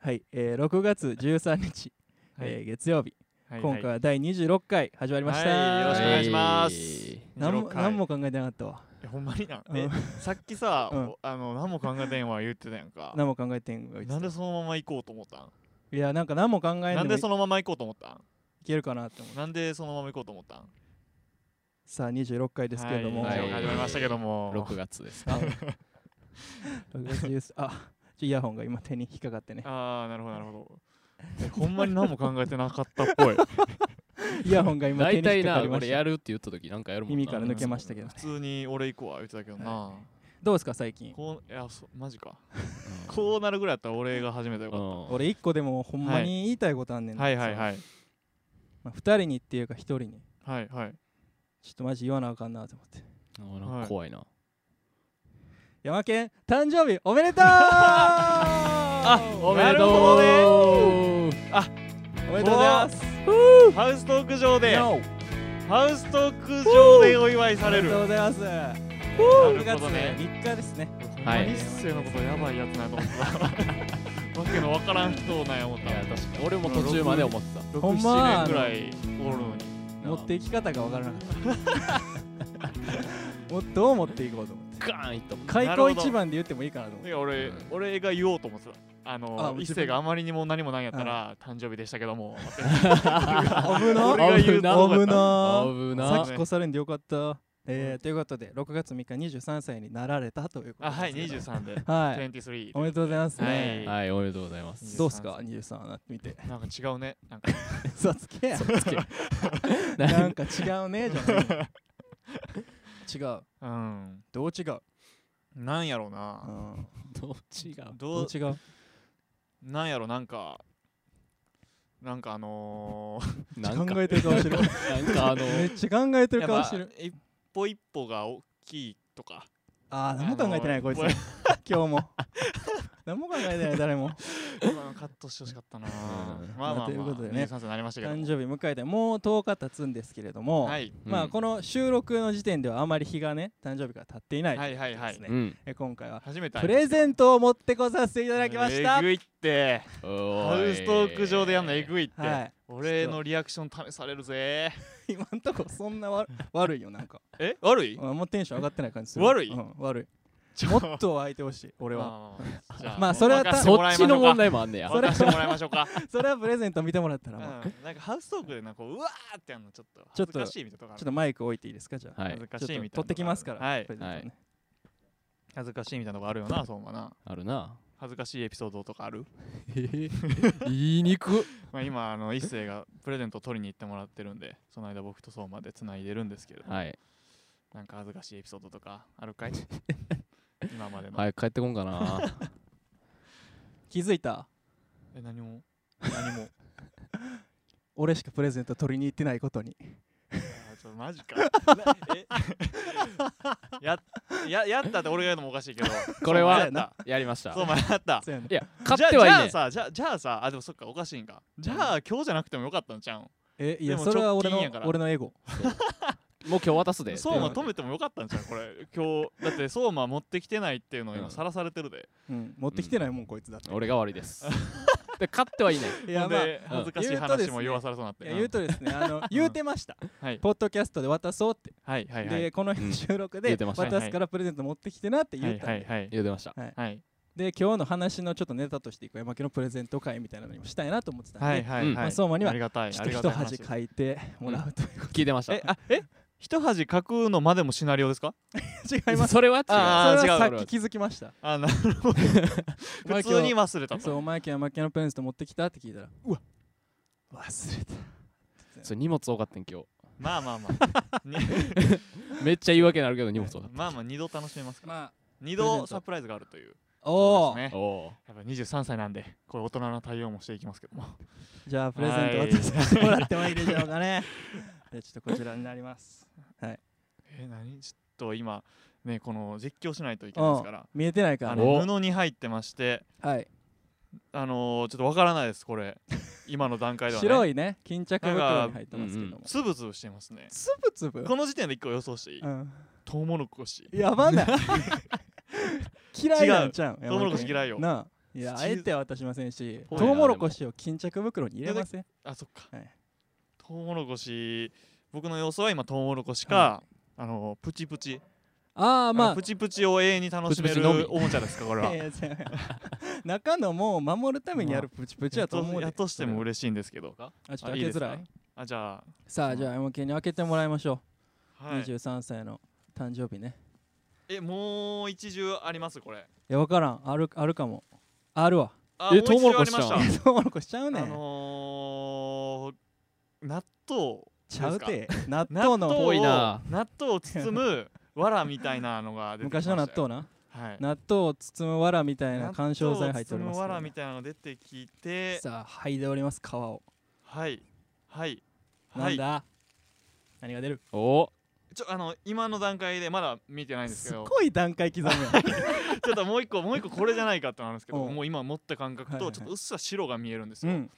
はい、えー、6月13日、はいえー月曜日、はい今回は第26回始まりました、はいよろしくお願いしますはい何26も回何も考えてなかったわえほんまになうんえさっきさ、うんおあの何も考えてんわ言ってたやんか 何も考えてんが言ってたなんでそのまま行こうと思ったんいやなんか何も考えんでもなんでそいのまま行こうと思ったんけるかなって思ってなんでそのまま行こうと思ったんさあ26回ですけれども、はい、はい一応始まりましたけども、 6月ですあね。 6月13あちょイヤホンが今手に引っかかってねああなるほどなるほどえほんまに何も考えてなかったっぽい イヤホンが今手大に引体っかかな、りま俺したやるって言った時なんかやるもんな。耳から抜けましたけどね普通に俺行くわ言ってたけどな、どうですか最近こういやそマジかこうなるぐらいやったら俺が始めたようかっん。俺一個でもほんまはいに言いたいことあんねんた、なはいはいはいまあ、2人にっていうか1人にはいはいちょっとマジ言わなあかんなと思ってうんなんか怖いな。山県誕生日おめでとう あおめでとうございおめでとうございますますハウストーク上でおハウストーク上でお祝いさめれでるとうなございます6る月ほどね3日ですねほんはまいに一世のことやばいやつなんやと思ったわけのわからん人なんや思っいや、た確かに俺も途中まで思ってほんま67年ぐらいおるのにた。持っていき方がわ からなかったもうどう持っていこうと思ってガーンいったもん。開なるほ口ど一番で言ってもいいかなと思って てか俺、うん俺が言おうと思ってたああのもう一自分世があまりにも何もないんやったら、誕生日でしたけ ども危な俺が言う危なと思危なったな危な。さは、っき越されんでよかった。えー、ということで、6月3日23歳になられたということあです。はい。23ではい。 23おめでとうございますね。はいおめでとうございます。どうすか ?23 になってみて。なんか違うねなんか嘘つけや。つ けなんか違うね、じゃ ない。違う。うんどう違う、なんやろうう、なんどう違うどどうう違うなんやろなんかなんかあの なんか考、えてる顔してる。なんかあの、めっちゃ考えてるー、やっ顔ぱしてる。一歩一歩が大きいとかああ、何も考えてない、あこのいーつ。今日 も。何も考えてない、誰も。今のカットしてほしかったなうんまあままああというまあことでね23歳になりましたけど誕生日迎えて、もう10日経つんですけれども。はいまあこの、の収録の時点ではあまり日がね誕生日から経っていないはいはいはいですねうん。え今回は初めてプレゼントいントを持ってこさせていたただきました、えぐいってハハウストーク上でやんのえぐいって、はい俺のリアクション試されるぜ今んとこそんなわ悪いよなんかえ悪いあんまテンション上がってない感じする 悪いうん、悪 ちいょもっと湧いてほしい俺はあーじゃまあそれはた任せてもそらっいちの問ましょうか題もあんねや。それは 任せてもらいましょうか、 それはプレゼント見てもらったら、まあうん、なんかハウストークでなんかこううわーってやんのちょっとちょっ恥とずかしいみたいなとこあるちょっとマイク置いていいですかじゃあ、はい恥ず。かしいみちたょっといなとこある取ってきますから、はいプレゼントね恥ずかしいみたいなとこあるよなそうかなあるな。恥ずかしいエピソードとかある、言いにく。まあ、今あの一星がプレゼント取りに行ってもらってるんでその間僕とそうまでつないでるんですけど、はい。なんか恥ずかしいエピソードとかあるかい今までの、早く帰ってこんかな。気づいたえ何も何も俺しかプレゼント取りに行ってないことにあちょマジかなえ やややったって俺が言うのもおかしいけどこれはそうお前やっやりましたた。そうお前やったそうやねいや、買ってはいいねんじゃあじゃあさじゃあじゃあさあでもそっかおかしいんかじゃあ今日じゃなくてもよかったんちゃうんえいやでもそれは俺直近のやから俺のエゴもう今日渡すで。そうまって止言わめれてもよかったんちゃうこれ今日だってそうま持ってきてないっていうのをう今んさらされてるで、うん持ってきてないもん、こいつだってて俺が悪いです。で、買ってはいいねん。いほやんまあで、恥ずかしい言うとです話ねも言わされそうになっていや言うとですね、あ の言うてました、はいポッドキャストで渡そうって、はいはいはいでこのう日ん収録言でうてました渡すからプレゼント持ってきてなっては言っいたんで、はいはい言うてました。はいで今日の話のちょっとネタとしていく山家のプレゼント会みたいなのにもしたいなと思ってたんで、はいはいはいまあ相馬にはありがたいちょっあとりがた一い話端書いてもらうというこ聞いてましたえ。あえ一端書くのまでもシナリオですかと、違いますそれは違う。 あーそれはさ違うっき気づきました あなるほど普通に忘れたとそうお前今日山家のプレゼント持ってきたって聞いたらうわ忘れたそう荷物多かったん今日。まあまあま あにめっちゃ言い訳になるけど荷物多かっまあまあ二度楽しめますからま二プレゼン度トサプライズがあるというあおお、そうですた。ねおお。やっぱ23歳なんでこれ大人の対応もしていきますけ どもじゃあプレゼント渡させてもらってもいいでしょうか ねじゃあちょっとこちらになりますえ何ちょっと今ねこの実況しないといけないですから見えてないからあねのお布に入ってましてはいあのーちょっとわからないですこれ今の段階では、ね、白いいね巾着袋に入ってますけどなんもつぶつぶしてますねつぶつぶこの時点で一個予想していい、うんトウモロコシ やばない嫌いなんちゃうんトウモロコシ嫌いよないやチーあズえて渡しませんしぽトいなウモロコシを巾着袋に入れませんあそっか、はいトウモロコシ僕の予想は今トウモロコシか、あのプチプチあああまのあプチプチを永遠に楽しめプチプチのみるおもちゃですかこれはえー違 う中のもう守るためにあるプチプチやと思うでやっとしても嬉しいんですけどあちょっとあ開いいけですづらかいあじゃさあじゃあ MK に開けてもらいましょあ、う、はい、 23歳の誕生日ねえもう一重ありますこれいや分からんあるあるかもあるわあもうえ一トウモ重ロあコりシましたじトウモロコシちゃうねあん、のー、納豆ちゃうでてす納か納豆豆のを多いな納豆を包む藁みたいなのが出てきま 昔したよの納豆なはい納豆を包む藁みたいな緩衝材入っておりますけ納豆を包む藁どみねたいなのが出てきてさあ剥いでおります皮をはいはいなはんいだ何が出るおちょあの今の段階でまだ見てないんですけすどごい段階刻むやんちょっともう一個もう一個これじゃないかってなんですけどうんもう今持った感覚はいはといちょっとうっすら白が見えるんです うよ、ん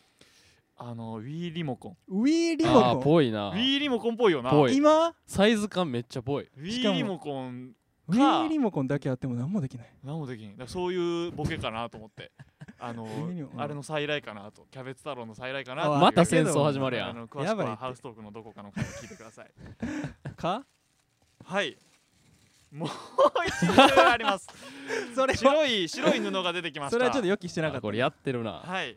あの Wii リモコウィーリああモコぽいなン Wii リモコンっぽいよなぽ Wii い今サイズ感めっちゃぽいしかもリモコンウィーリモコンだけあっても何もできない何もできんだからそういうボケかなと思って あの意味のうんあれの再来かなとキャベツ太郎の再来かなあっていうまた戦争始まるやあんの詳しやくばいっはてハウストークのどこかの回を聞いてください かはいもう一度あります それは白い白い布が出てきましたそれはちょっと予期してなかあったこれやってるなはい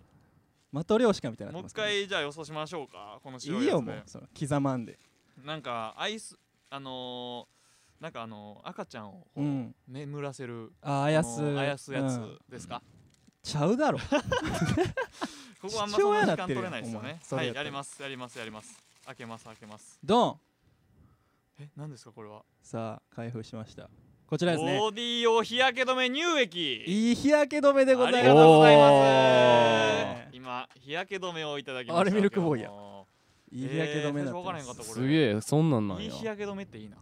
マトリョーシカみたいになもっうてますか一らね回じゃあ予想しましょうかこの白いいいやよつもうでその刻まんでなんかアイスあのー、なんかあのー、赤ちゃんをこううん眠らせるあああやすのーあやすやつうんですか、ちゃうだろここあんまそん父親な時間取れなっなているですよやんお前ねそれはやいったやらりますやりますやります開けます開けますドンえ、何ですかこれは。さあ開封しましたこちらですねボディ用日焼け止め乳液。いい日焼け止めでござあいりますがとうございおます。ー今日焼け止めをいただきました。あれミルクボーイやや。いい日焼け止めだえー最初分からへんかっったたこれ。すげえそんなんなんいいや日焼け止めっていいな。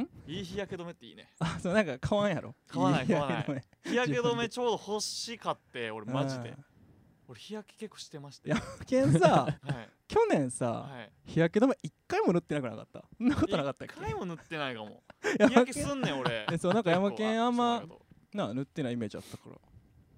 ん？いい日焼け止めっていいね。あそうなんか買わんやろ買わない日焼け止め日焼け止めちょうど欲しかって、俺マジでう。ん俺日焼け結構してましいて。やはけんさ い。去年さはい。日焼け止め一回も塗ってなくなかったそんなことなかったっ一回も塗ってないかも。け 日焼けすんねん俺。 えそうなんか山結構県あんそうだまけどなあ塗ってないイメージあったから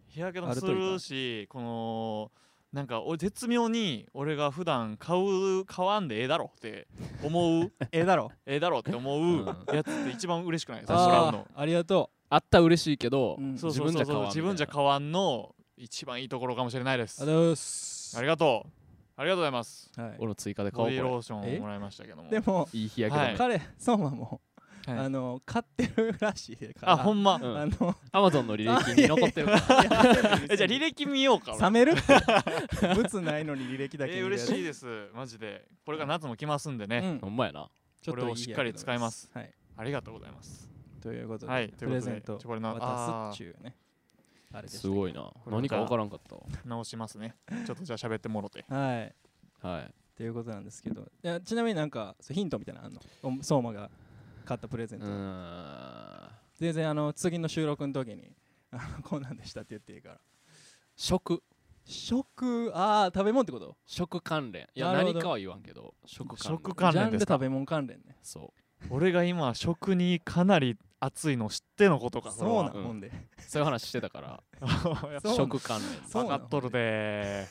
日焼け止あめるすといいかるしこのなんか俺絶妙に俺が普段買う買わんでええだろって思うええだろええだろって思ううやつって一番嬉しくないですかもらうあのーありがとあったら嬉しいけどう、うん、そうありそうそうそう自自分分じじゃゃ買買わんの一番いいところかもしれないですがとうございますありがとうありがとうございますはい俺も追加で買おボディーうこローションをもらいましたけどもでもれいい日焼け止はめい彼ソンはもう、はいあの買ってるらしいからあほんまうんあのアマゾンの履歴に残ってるからえじゃあ履歴見ようか俺冷める って物ないのに履歴だけえ見るや嬉つしいですマジでこれから夏も来ますんでうねんほんまやなちょっとこれをしっかり使いますいいやけどはいありがとうございますということで、はいとプいうレことゼでントチョコレナ渡すっちゅうねあれですすごいなれまた何か分からんかった直しますねちょっとじゃあ喋ってもろてはいわはいということなんですけどいやちなみになんかそうヒントみたいなのあんのお相馬が買ったプレゼンうト、ーん全然あの次の収録の時にあのこんなんでしたって言っていいから食食あー食べ物ってこと食関連いやなるほど何かは言わんけど食関連食関ジ連ャンでルすか食べ物関連ねそ俺が今食にかなり熱いの知ってのことかそれうはなんうんほんで、うそういう話して たからやっそう食関連そうぱなかんっとるで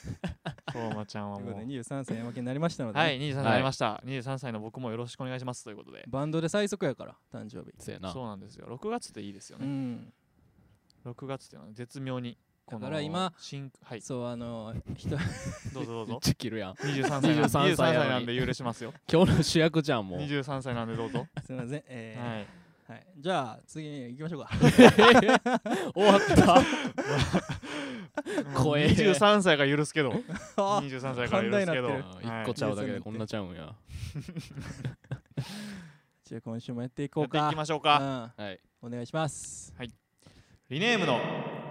相馬ちゃんはというもことでう23歳山家になりましたのでね、はい23歳になりました、23歳の僕もよろしくお願いしますということでバンドで最速やから誕生日せやなそうなんですよ6月っていいですようね、ん6月っていうのは絶妙にこのだから今新はいそうあの人どうぞどう めっぞちゃ切るやん23歳なんで23 23歳歳やのになんで許しますよ今日の主役じゃんもう23歳なんでどうぞ、すみません、えーはいはい、じゃあ次に行きましょうか 終 わった怖え23歳が許すけどあ23歳から許すけど寛大にうんは一い個ちゃうだけでこんなちゃうんや じゃあ今週もやっていこやうってかいきましょうか、はいうん、お願いしますリネームの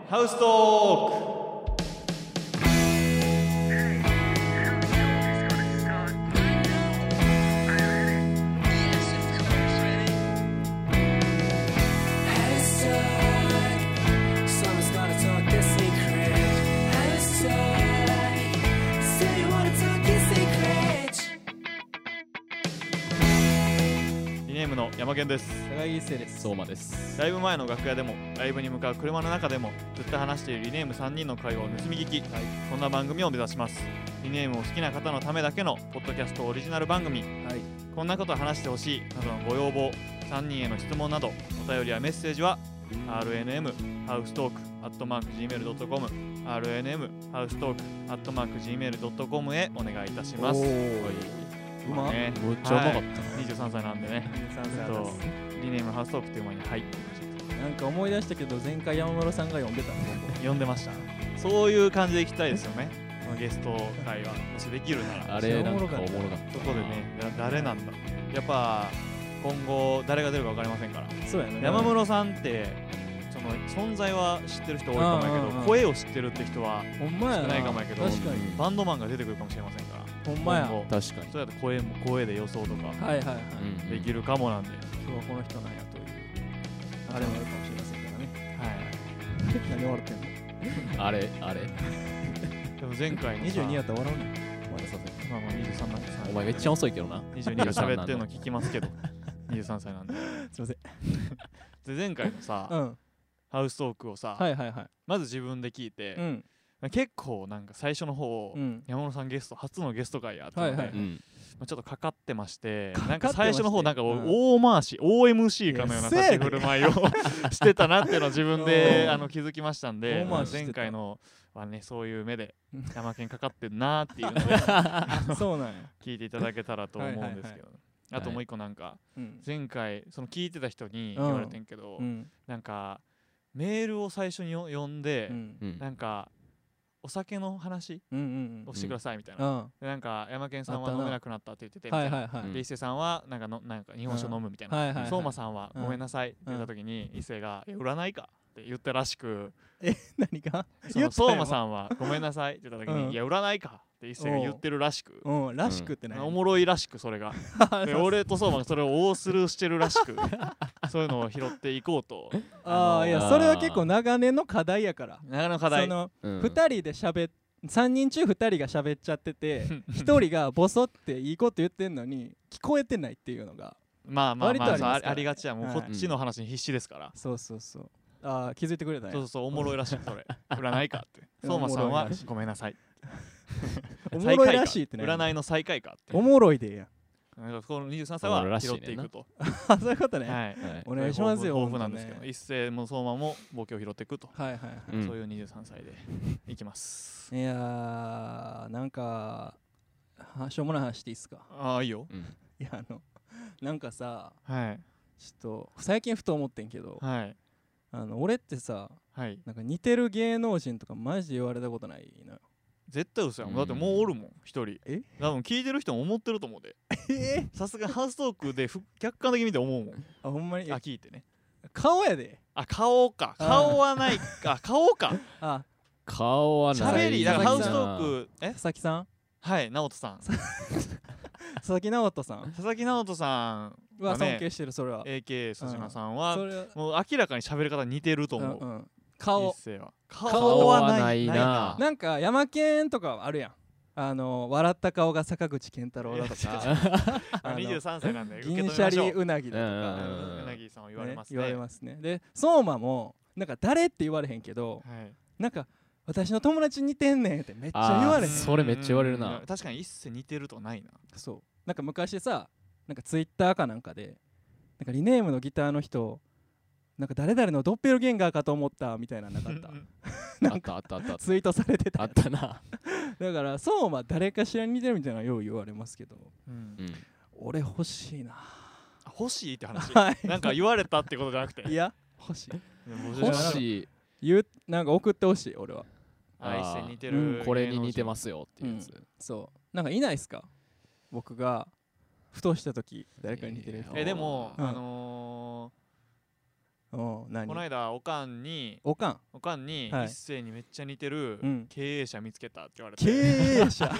ハウストークリネームの山健です高木一生です相馬ですライブ前の楽屋でもライブに向かう車の中でもずっと話しているリネーム3人の会話を盗み聞き、そんな番組を目指しますリネームを好きな方のためだけのポッドキャストオリジナル番組はいこんなこと話してほしいなどのご要望3人への質問などお便りやメッセージは RNM ハウストークアットマーク Gmail.com RNM ハウストークアットマーク Gmail.com へお願いいたしますおはいーうまっねめっちゃうまかっ23歳なんでね23歳ちょっですリネームハウストークっていう前に入ってましたなんか思い出したけど前回山村さんが読んでたの呼んでましたそういう感じで行きたいですよねこのゲスト会はもしできるなたらあれなんかおもろかったそこでねだ誰なんだやっぱ今後誰が出るか分かりませんからそうやね山室さんってその存在は知ってる人多いかもやうんけうんうどん声を知ってるって人はほんまや少ないかもやけど確かにバンドマンが出てくるかもしれませんからほんまや今は後確かにそうやって声も声で予想とかいはいはいうんできるかもなんで、今日はこの人なんやというあれもあるかもしれませんからねは何笑ってんのあれあれい、でも前回のさ22やったら笑うねお前がさまあまあ23なんでさお前が一番遅いけどな22が喋ってるの聞きますけど23歳なんで んすいません で前回のさ、うんハウストークをさ、はいはいはいまず自分で聞いてう、ん結構なんか最初の方、 うん山野さんゲスト初のゲスト会やってので、はいはういんまあ、ちょっとかかってましてかかってましてなんか最初の方なんかうん大回し、OMC かのような立ち振る舞いを してたなっていうのを自分うでんあの気づきましたんで大回ししてた前回のはねそういう目でうん山県かかってんなっていうのでそうなんや聞いていただけたらと思う んですけど、あともう一個なんかうん前回その聞いてた人に言われてんけど、うんなんかメールを最初によ読んで、うんうんなんかお酒の話うんうんをしてくださいみたいうな、んでなんか山健さんあっはた飲なめなくなったって言っててみたはいいなはいはいうんで伊勢さんはなんかのなんか日本酒飲むみたいな、はいはいはい相馬さんはうんごめんなさいって言った時に伊勢が「いや占いか」って言ったらし く何がそのたよ相馬さんは「ごめんなさい」って言った時に「うんいや占いか」って伊勢が言ってるらしく。うんらしくってねおもろいらしくそ れがで俺と相馬がそれをオースルーしてるらしく そういうのを拾っていこうとああのあいやそれは結構長年の課題やから長野課題そのうん2人で喋っ3人中2人が喋っちゃって て1人がボソっていいこと言ってんのに聞こえてないっていうのがまあまあ割とあまありそうまあすからありがちやもうこっちの話に必死ですから、そうそうそうああ気づいてくれたんそうやそうそうおもろいらしいそれ占いかって相馬さん おもろいはらしいごめんな さいおもろいらしいってね最下位か占いの最下位かっておもろいでええやんなんかこの23歳おもろいはらしい拾っねんなていくとあそういうことねはいはいお願いしますよそういう抱負なんですけほんどとね一斉も相馬もボケを拾っていくと、はいはいはうんそういう23歳でいきますいいやーなんかはしょうもない話していいっすか ああいいようんいやあのなんかさはいちょっと最近ふと思ってんけどはいあの俺ってさはいなんか似てる芸能人とかマジで言われたことないのよ絶対嘘やもんうだんってもうおるもん一人え多分聞いてる人も思ってると思うでさすがにハウストークでふ客観的に見て思うもんあほんまにあえ聞いてね顔やであ顔かあー顔はないか 顔かあ顔はない喋りだからハウストーククえ佐々木さんはい直人さん佐佐々木直人さん々木直人さんはは尊ね敬してるそれは AK 粗品さんそはれはもう明らかに喋り方似てるとうん思ううん顔一世は顔はないななんか山県とかあるやんあの笑った顔が坂口健太郎だとかあの23歳なんで受け止め銀まシャしょリううなぎだとうんかうんうんうなぎさんは言われねますね言われますねで相馬もなんか誰って言われへんけどはいなんか私の友達に似てんねんってめっちゃ言われへんあーそれめっちゃ言われるなうん確かに一世似てるとないなそうなんか昔さなんかツイッターかなんかでなんかリネームのギターの人なんか誰々のドッペルゲンガーかと思ったみたいなのなかったうんあったあったあったツイートされてたあったな だからそうま誰かしらに似てるみたいなのよう言われますけどうんうん俺欲し いなあ欲しいって話はいなんか言われたってことじゃなくていや欲しい欲いしい言うなんか送ってほしい俺はあ一世似てうるんこれに似てすますよっていうやつそうなんかいないっすか僕がふとした時誰かに似てる人いやえでもうんあのうんーこの何間おかんにおかんおかんにはい一世にめっちゃ似てるうん 経営者見つけたって言われて経営者、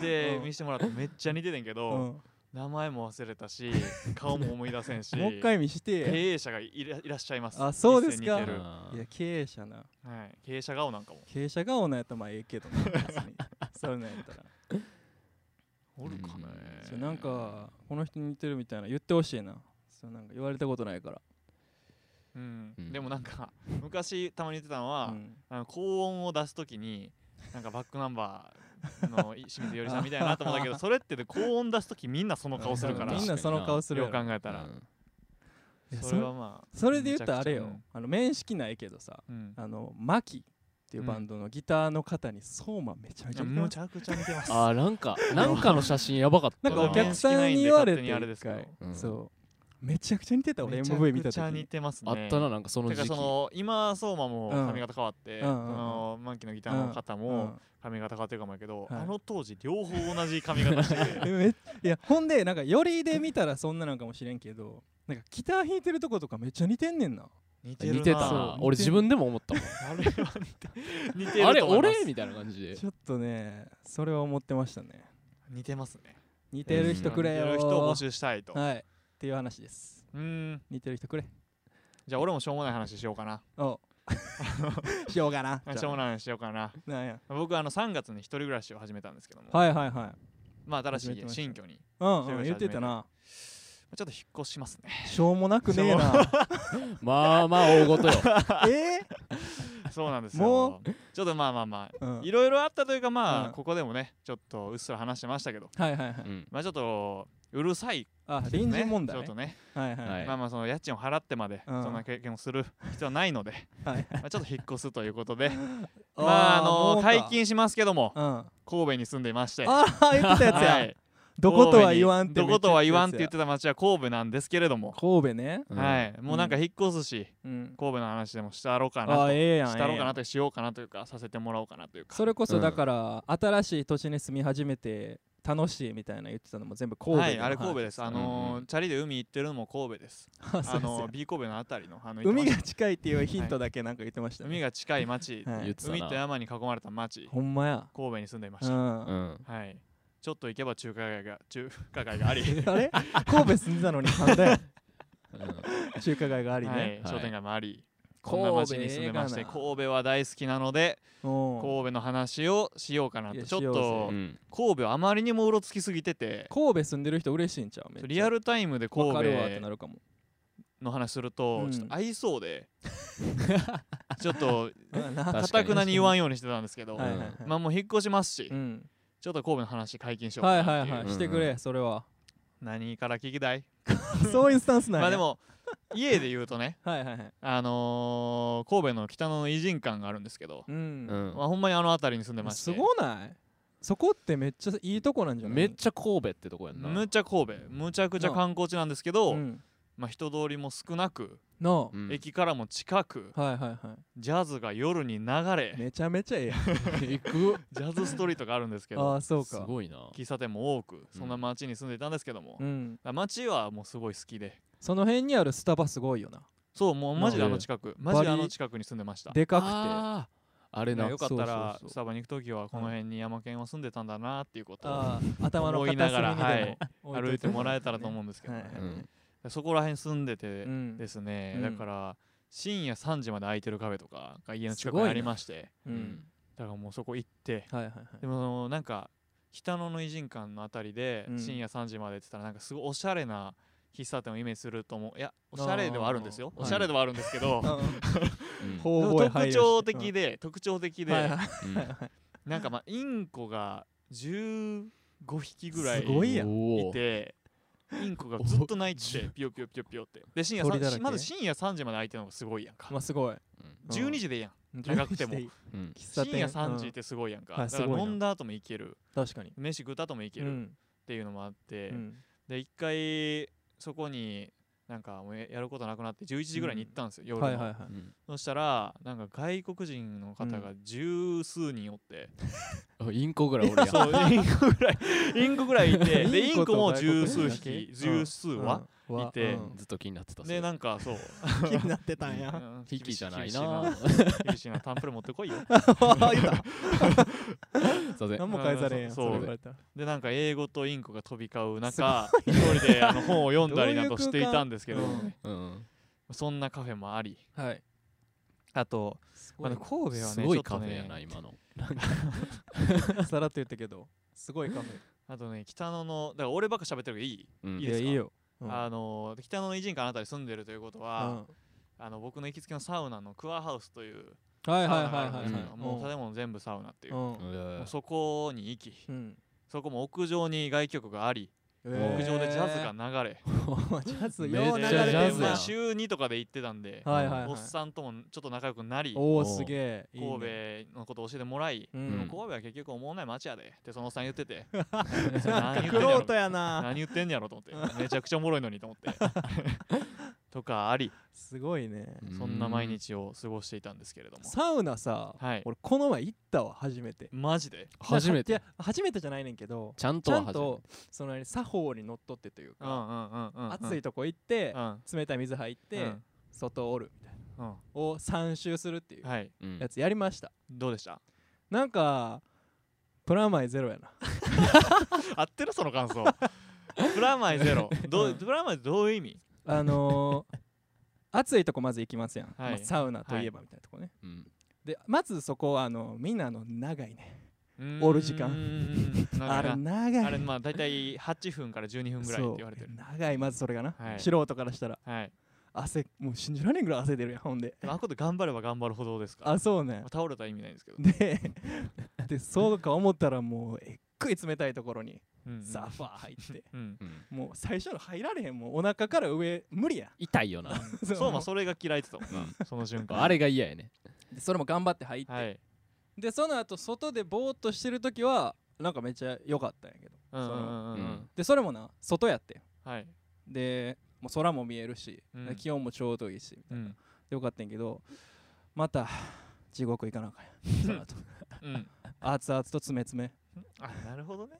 でうん見せてもらってめっちゃ似ててん けうん、ども名前も忘れた し顔も思い出せんしう一回見してや経営者がいらいらっしゃいますあそうですか一世似てるあいーや経営者なはい経営者顔なんかも経営者が女やったらまあええけど な別にそれなんやったらおるかねそうなんかこの人に似てるみたいな言ってほしいなそうなんか言われたことないから、うんうんでもなんか昔たまに言ってたのは、うんあの高音を出すときになんかバックナンバーのい清水よりさんみたいなと 思ったけどそれってね高音出すときみんなその顔するからうよみんなその顔するうよ考えたら、ういやそれそはまあそれで言ったらあれよめちゃくちあの面識ないけどさゃうんあのマキっていうバンドのギターの方に相馬めちゃめちゃうん、むちゃくちゃ似てますんあーなんかなんかの写真やばかったなんかお客これさは面識なんいんにで言われて勝手にあれですけど一回うんそうめちゃくちゃ似てた俺めちゃ MV 見たく時ちゃ似にてますねあったななんかそのて時か期その今相馬うもん髪型変わって、うんうんうんあのマンキのギターの方うもん髪型変わってるかもやけど、はいあの当時両方同じ髪型しててえめいやほんでなんかよりで見たらそんななんかもしれんけどなんかギター弾いてるとことかめっちゃ似てんねんな似てるな 似てたそうな俺自分でも思ったもんあれは似て似てあるれと思います俺みたいな感じでちょっとねそれは思ってましたね似てますね似てる人くれよ似てる人を募集したいと、はいっていう話ですうーん似てる人くれじゃあ俺もしょうもない話しようかなお しようかなじゃあしょうもない話しようかななんや僕あの3月に一人暮らしを始めたんですけども、はいはいはいまあ新しい始めて家ました新居にうん、一人暮うらん、し言ってたなちょっと引っ越しますね しょうもなくねえなまあまあ大ごとよ えそうなんですよもちょっとまあまあまあー、うん、はいいろいろあったというかまあ、うんここでもねちょっとうっすら話してましたけどはいはいうんまあちょっとうるさい、あね、臨時問題ちょっとね、はいはいはいまあまあその家賃を払ってまでうんそんな経験をする必要はないので、 はい まあちょっと引っ越すとい うことでまああのもうか解禁しますけどもうんあ神戸に住んでいましてあー言ってたやつや、はいどことは言わんってどことは言わんって言めっちゃてた町は神戸なんですけれども、言ってた神戸ねうんはいもうなんか引っ越すしうん神戸の話でもしたろうかなあとーええやんしたろうかええやなんというかしようかなというかさせてもらおうかなというかそれこうそんだから、新しい土地に住み始めて楽しいみたいな言ってたのも全部神戸はいあれ神戸ですあのーうんうチャリで海行ってるのも神戸ですああのの B 神戸のあたりのあの海行ってが近いっていうヒントだけなんか言ってまし ましたた海ね、が近い町はい言ってた海とな山に囲まれた町ほんまや神戸に住んでいましうたん、うんはいちょっと行けば中華街が中華街があり あれ神戸住んでたのになん だようん中華街がありね、はいはい商店街もありこん神な戸町に住んでましてええがな神戸は大好きなのでうん神戸の話をしようかないとやちょっしよとうん神戸あまりにもうろつきすぎてて神戸住んでる人嬉しいんちゃうめっちゃリアルタイムで神わか戸るわってなるかもの話するとうんちょっと合いそ うでちょっ とか確かたくなに言わんようにしてたんですけどはいはいはい、まあもう引っ越しますしうん、ちょっと神戸の話解禁しようはかいはなっいていうはいうんしてくれそれは何から聞きたいそういうスタンスなんやまあでも家で言うとねはいはいはいあのー神戸の北野の偉人館があるんですけどう、うんんまあほんまにあの辺りに住んでましすてごないそこってめっちゃいいとこなんじゃないめっちゃ神戸ってとこやんなむっちゃ神戸むちゃくちゃ観光地なんですけゃどうん、まあ人通りも少なくの、うん駅からも近くはいはいはジャズが夜に流いれめちゃめちゃええやん行くジャズストリートがあるんですけあどあそうすかごいな喫茶店も多くそんな町に住んでいたんですけどもうん町はもうすごい好きでその辺にあるスタバすごいよなそうもうマジであの近くマジであのバリ近くに住んでましたでかくてあーあれなねよかったそうらそうそうスタバに行く時はこの辺に山県は住んでたんだなっていうことをああ頭の思片いなが隅らにでも歩いてもらえたらと思ううんですけどねはいうんそこら辺住んでてんですねうんだから深夜3時まで空いてるカフェとかが家の近すくごいになありましてううんんだからもうそこ行ってはいはいはいでもそのなんか北野の偉人館のあたりでうん深夜3時までって言ったらなんかすごいおしゃれな喫茶店をイメージすると思ういやおしゃれではあるんですよあーおしゃれではあるんですけどうんほでうもほう特徴的で、で特徴的うんはいではいうんなんかまあインコが15匹ぐらいすごいやんおいーてインコがずっと鳴いててピヨピヨピヨピヨってで深夜鳥だら3けまず深夜3時まで空いてるのがすごいやんかまあすごい12時でいいやん長くても12時でいいうん喫茶深店夜3時っうんてすごいやんかはいだからすごいな飲んだ後も行ける確かに飯食った後も行けうるっんていうのもあってうんで一回そこになんかもうややることなくなって11時ぐらいに行ったんですよ夜はいはいのはいうんそしたらなんか外国人の方が十数人おってあインコぐらい俺やそうインコぐら いインコぐらいいてでインコも十数匹十十数羽いてずっと気になってたそれでなんかそう気になってたん うやんヒキじゃないな厳しい厳しいなタンプル持って こいよすいません何も返されへんやんそれう言われたらでなんか英語とインコが飛び交う中一人であの本を読んだりなどしていたんですけどどういう空間うんそんなカフェもありはいあと、すまあ、ごいでも神戸はすねごちょいっとカフェやねな今のさらっと言ったけどすごいカフェあとね北野のだから俺ばっか喋ってるけどいいうんいいですかようんあの北野の偉人館あたり住んでるということは、あの僕の行きつけのサウナのクアハウスといううんはいはいサウナがあはるいはんですいけはど、いもう建物全部サウナっていう、うんうもわうそこに行きうんそこも屋上に外気浴がありへー屋上でジャズが流れ、 ジャズめっよう流ちれゃてるジャズでまやあ、週2とかで行ってたんで、はいはいはいおっさんともちょっと仲良くなりおおすげえいいね神戸のこと教えてもらい、うでもん神戸は結局おもんない町やでってそのおっさん言ってて それな何ん言かってクロんやろートやな何言ってんやろと思ってめちゃくちゃおもろいのにと思って とかありすごいねうんそんな毎日を過ごしていたんですけれどもサウナさはい俺この前行ったわ初めてマジで初めいてや初めてじゃないねんけどちゃんちとゃはん初とその作法にのっとってといううんうんかうんうんうん暑いとこ行ってうん冷たい水入って外おるみたいなうんを3周するっていううんはいめやてつやりましたどうでしたなんかプラマイゼロやな合ってるその感想 プラマイゼロうどうんプラマイどういう意味あの ー暑いとこまず行きますやん、はいまあサウナといえばみたいなとこね、うんうんでまずそこはあのみんなあの長いねおおる時間あれ長いあれまあ大体8分から12分ぐらいって言われてるそう長いまずそれがな、はい素人からしたらはい汗もう信じられんぐらい汗出るやんほんででもあのこと頑張れば頑張るほどですからあそうね まあ倒れたら意味ないんですけどででそうか思ったらもうえっくい冷たいところにうんうんザファー入ってうんうんもう最初の入られへんもうお腹から上無理や痛いよなそ そうまもあそれが嫌いって言ってたもんなその瞬間あれが嫌やねでそれも頑張って入って、はいでその後外でぼーっとしてる時はなんかめっちゃ良かったんやけど、うんうそんのうんううんんでそれもな外やってんはいでもう空も見えるし、うんで気温もちょうどいいしみたういな、んでよかったんやけどまた地獄行かなあかんやんその後うん熱々と爪爪あなるほどね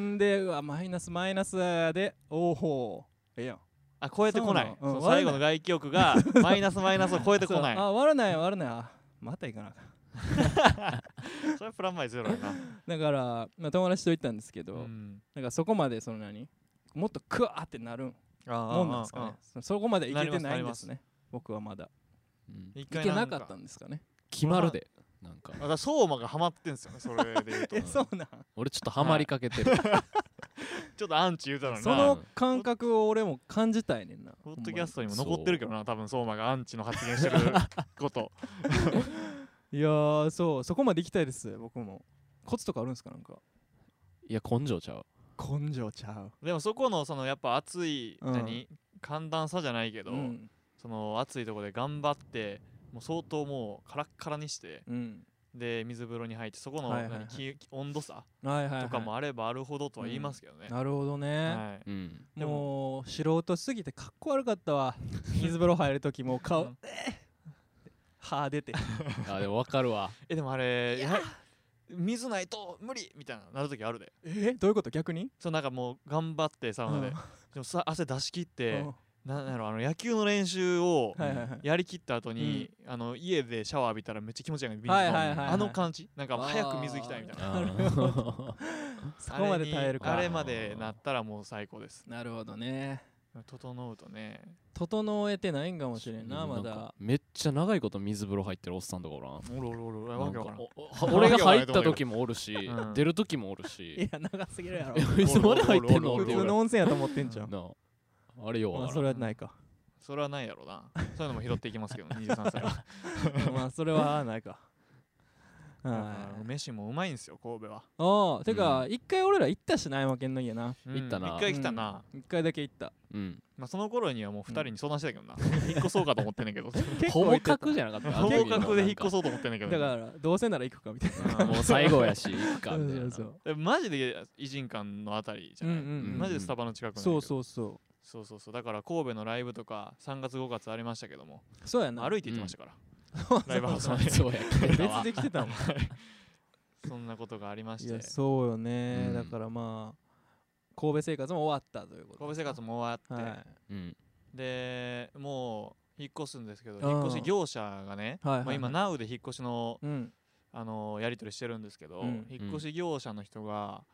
んでうわマイナスマイナスでおおほうええやんあ超えてこないそうなのうんそう最後の外記憶がマイナスマイナスを超えてこないそうあ終わらない終わらないあまた行かなあかんそれはプラマイゼロやなだから、まあ、友達と行ったんですけど、うんなんかそこまでその何もっとクワーってなるんももんなんですかねそそこまでいけてなないりんでますすね僕はまだうん一い回けなかったんんですかね決まるでなんかだから相馬がハマってんすよねそれで 言うとえそうなん俺ちょっとハマりかけてるちょっとアンチ言うたのにそなの感覚を俺も感じたいねんなポッドキャストにもそう残ってるけどな多分相馬がアンチの発言してる ことほんまにいやーそうそこまで行きたいです僕もコツとかあるんですかなんか いや根性ちゃう根性ちゃうでもそこのそのやっぱ暑いうん何寒暖差じゃないけどうんその暑いとこで頑張ってもう相当もうカラッカラにしてうんで水風呂に入ってそこのはいはいはい何気温度差はいはいはいとかもあればあるほどとは言いますけどね、なるほどねはいうんでももう素人すぎてかっこ悪かった わ水風呂入る時もうう顔ん歯出てあでも分か るわえでもあれやはり水ないと無理みたいななる時あるでえどういうこと逆にそうなんかもう頑張ってサウナで、うんでもさ汗出し切って、うんなんやろあの野球の練習をはいはいはいやりきった後に、あの家でシャワー浴びたらめっちゃ気持ちいいの水の、はいはいはいはいあの感じなんかあー早く水行きたいみたいななるほそこまで耐えるあかれにあれまでなったらもう最高ですなるほどね整うとね整えてないんかもしれんなまだめっちゃ長いこと水風呂入ってるおっさんとかおらんおろおろおろなわんけかわからんおお俺が入ったわけ時もおるしうん出る時もおるしいや長すぎるやろいつまで 入ってんのおっ普て通の温泉やと思ってんじゃんなああれよまわあからんそれはない かそれはないやろうなそういうのも拾っていきますけ ど23歳はまあそれはないかはあのい飯もうまいんですよ神戸は、おーてか一回俺ら行ったしないわけんの家なうん行ったな一回来たな、一回だけ行ったうんまあ、その頃にはもう2人に相談してたけど な、引っ越そうかと思ってんねんけど結ほ構行っぼてた角じゃなかったほぼ格で引っ越そそうと思ってんねんけどだからどうせなら行くかみたいなうんもう 最後やし行くかみたいなそうえマジで偉人館のあたりじゃうんうない、んマジでスタバの近うくんなんそやうけどそうそそうそうそうだから神戸のライブとか3月5月ありましたけどもうそうやな歩いて行ってましたから、ライブハウスまでそうや来てた別わで来て たもんそんなことがありましいてやそうよねうんだからまあ神戸生活も終わったということ神戸生活も終わって、はいうんでもう引っ越すんですけうどん引っ越し業者がね、はいはいはいまあ、今 NOW で引っ越しの、うんあのやり取りしてるんですけど、うん引っ越し業者の人が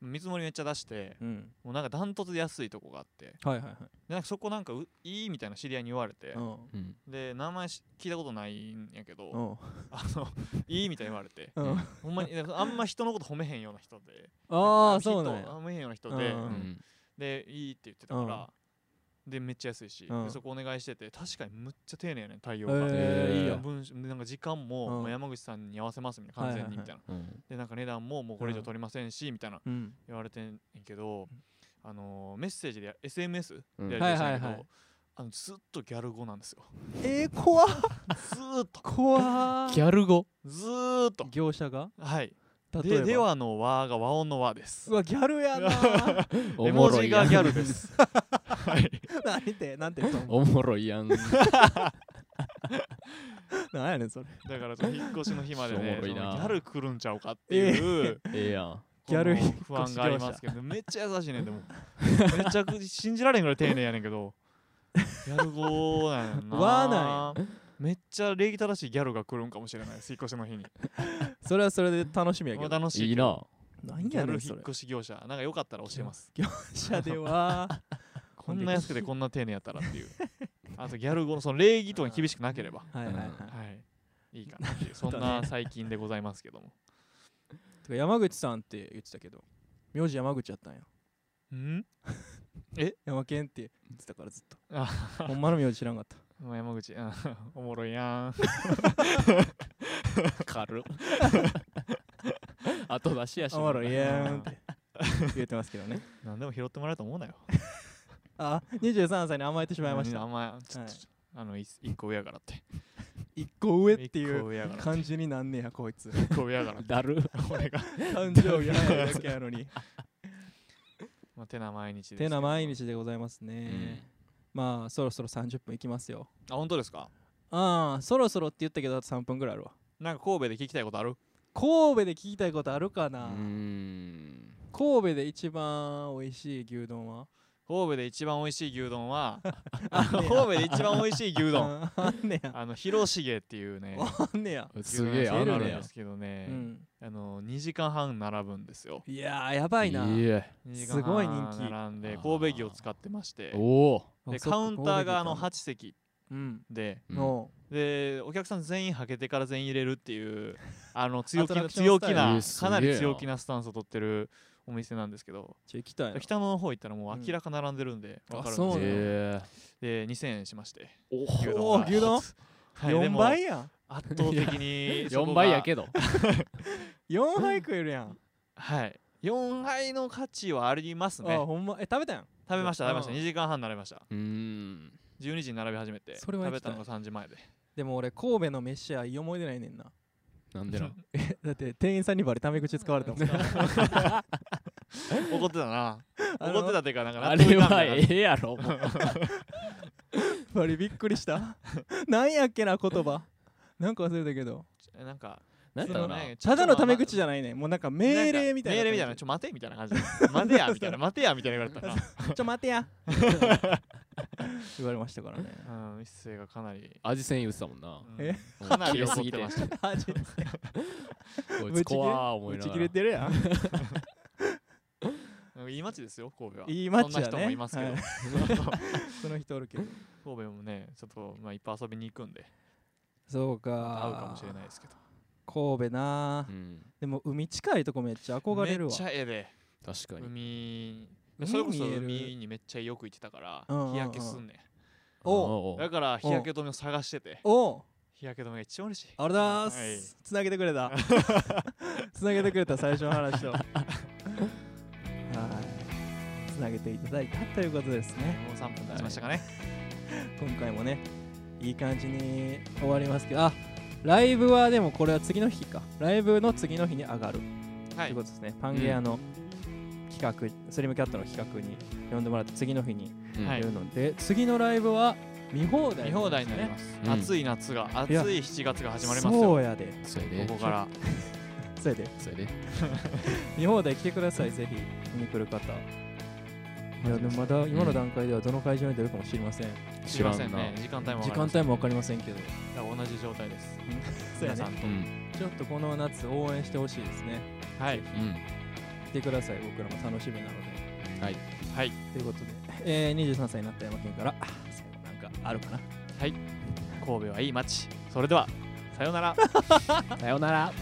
見積もりめっちゃ出して、うんもうなんかダントツで安いとこがあってはいはいはいでなんかそこなんかういいみたいな知り合いに言われて、うんうんで名前し聞いたことないんやけど、うんあのいいみたいに言われてうんほんまにであんま人のこと褒めへんような人で ああ人そうなんや褒めへんような人で、うんうんでいいって言ってたから、でめっちゃ安いし、うんでそこお願いしてて確かにむっちゃ丁寧やねん対応が、えー、いいやよ文章でなんか時間も、うんまあ山口さんに合わせますみたいな完全にみたいな、うんでなんか値段ももうこれ以上取りませんし、みたいなうん言われてんけど、あのーメッセージで SMS うんでやり取りしたんやはいはけど、いはいあのずっとギャル語なんですよえー、怖っずーっと怖っギャル語ずーっと業者がはい例えでばではの和が和音の和ですうわギャル やなお絵も文ろ字いやがギャんルです はい何てなんて言ったのおもろいやん何やねんそれだからその引っ越しの日までおねもろそいのギなャル来るんちゃうかっていう、 ええやんギャルこの引っ越し不安がありますけどめっちゃ優しいねんでもめちゃくちゃ信じられんぐらい丁寧やねんけどギャル語なんやな和なめっちゃ礼儀正しいギャルが来るんかもしれないです引っ越しの日にそれはそれで楽しみやけまあど楽しいいいけどな何ギャやルねん引そっれ越し業者なんかよかったら教えます業者で はこんな安くてこんな丁寧やったらっていうあとギャル語のその礼儀とかに厳しくなければはいはいはい、はいいいかなっていうそんな最近でございますけどもてか山口さんって言ってたけど名字山口やったんやん山県って言ってたからずっとあほんまの名字知らん かったもう山口うんおもろいやん軽っ 後出しやしあわろいやーん って言ってますけどね何でも拾ってもらえると思うなよあ23歳に甘えてしまいましうたん甘いちょっはいとあのい一個上やからって一個 上ってい一個う上やから感じになんねやこい つ一個上やからだる俺が感情がないだけやの にまあ手な毎日ですけてどな毎日でございますね、うんまあそろそろ30分いきますよあ本当ですかああそろそろって言ったけどあと3分ぐらいあるわなんか神戸で聞きたいことある神戸で聞きたいことあるか うな、ん神戸で一番美味しい牛丼は神戸で一番美味しい牛 丼はあの神戸で一番美味しい牛丼あ あんねやあの広重っていうねあんねや、すげえああるるんねでやすけどね、うん、あの2時間半並ぶんですよいやーやばいなえ2時間すごい人気半並んで神戸牛を使ってましておおであそっカかウンターが神戸あの牛か8席うんでうんの、でお客さん全員はけてから全員入れるっていうあの強気アトラなクション強スタイ気ルなえーすかげえななり強気なスタンスを取ってるお店なんですけどちょ行きたいな 北野の方行ったらもう明らか並んでるんでうん分かるあんそうなんやですけえどで2000円しましてお牛丼おはー牛丼はいで4も倍やん圧倒的 にそこが4倍やけど4杯食えるやんはい4杯の価値はありますねあほんまえ食べたやん食べました食べましたうん2時間半並びました うーん12時に並び始めてそれは食行べきたたいのが3時前ででも俺神戸の飯屋いい思い出ないねん ななんでなだって店員さんにバレタメ口使われたもん怒ってたなあ怒ってのたっていうかなんかあ納得いかんれみはたいなええやろ バリびっくりしたなんやっけな言葉なんか忘れたけどえなんかなんだそろのうなねただのタメ口ちょっじゃないねもうなんかとまあ命令みたいな命令みたいなちょ待てみたいな感じで待てやみた いな待てやみたいな言われたちょちょ待てや言われましたからねなうん一斉がかなり味せん言ってたもんなうんえかなり切れ怒すっぎててましたマジでこいぶち切れつ怖ー思い打なちが切れらてるやんうんいい街ですよ神戸はいい街やねそんな人もいますけどはい神 その人おるけど戸もねちょっとまあいっぱい遊びに行くんでそうか会うかもしれないですけど神戸なあうんでも海近いとこめっちゃ憧れるわめっちゃええで確かに海海それこそ見える海にめっちゃよく行ってたかうんうんうらん日焼けすんねおんおだから日焼け止めを探しててお日焼け止めが一番嬉しいあれだーはいすつなげてくれ たつなげてくれた最初の話をはいつなげていただいたということですねもう3分経ちましたかね今回もねいい感じに終わりますけどあライブはでもこれは次の日かライブの次の日に上がるはといいうことですね、パンゲアの企画、スリムキャットの企画に呼んでもらって次の日にうんはいやるので、次のライブは見放題見放題になりますうん暑い夏が暑いや7月が始まりますそようやでそれこでこからそれでそれで見放題来てくださいぜひ見に来る方いやでもまだ今の段階ではどの会場に出るかもしれません、知りません知らんねな時間帯も時間帯も分かりませんけど帯同じ状態ですそうや皆ねさんとうんちょっとこの夏応援してほしいですねはい来てください僕らも楽しみなのでうんはいはいということで、えー、23歳になった山県からあそうなんかあるかな神戸はいい街それではさようならさよなら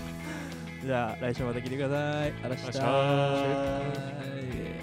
じゃあ来週また来てくださいあらっしゃあらっい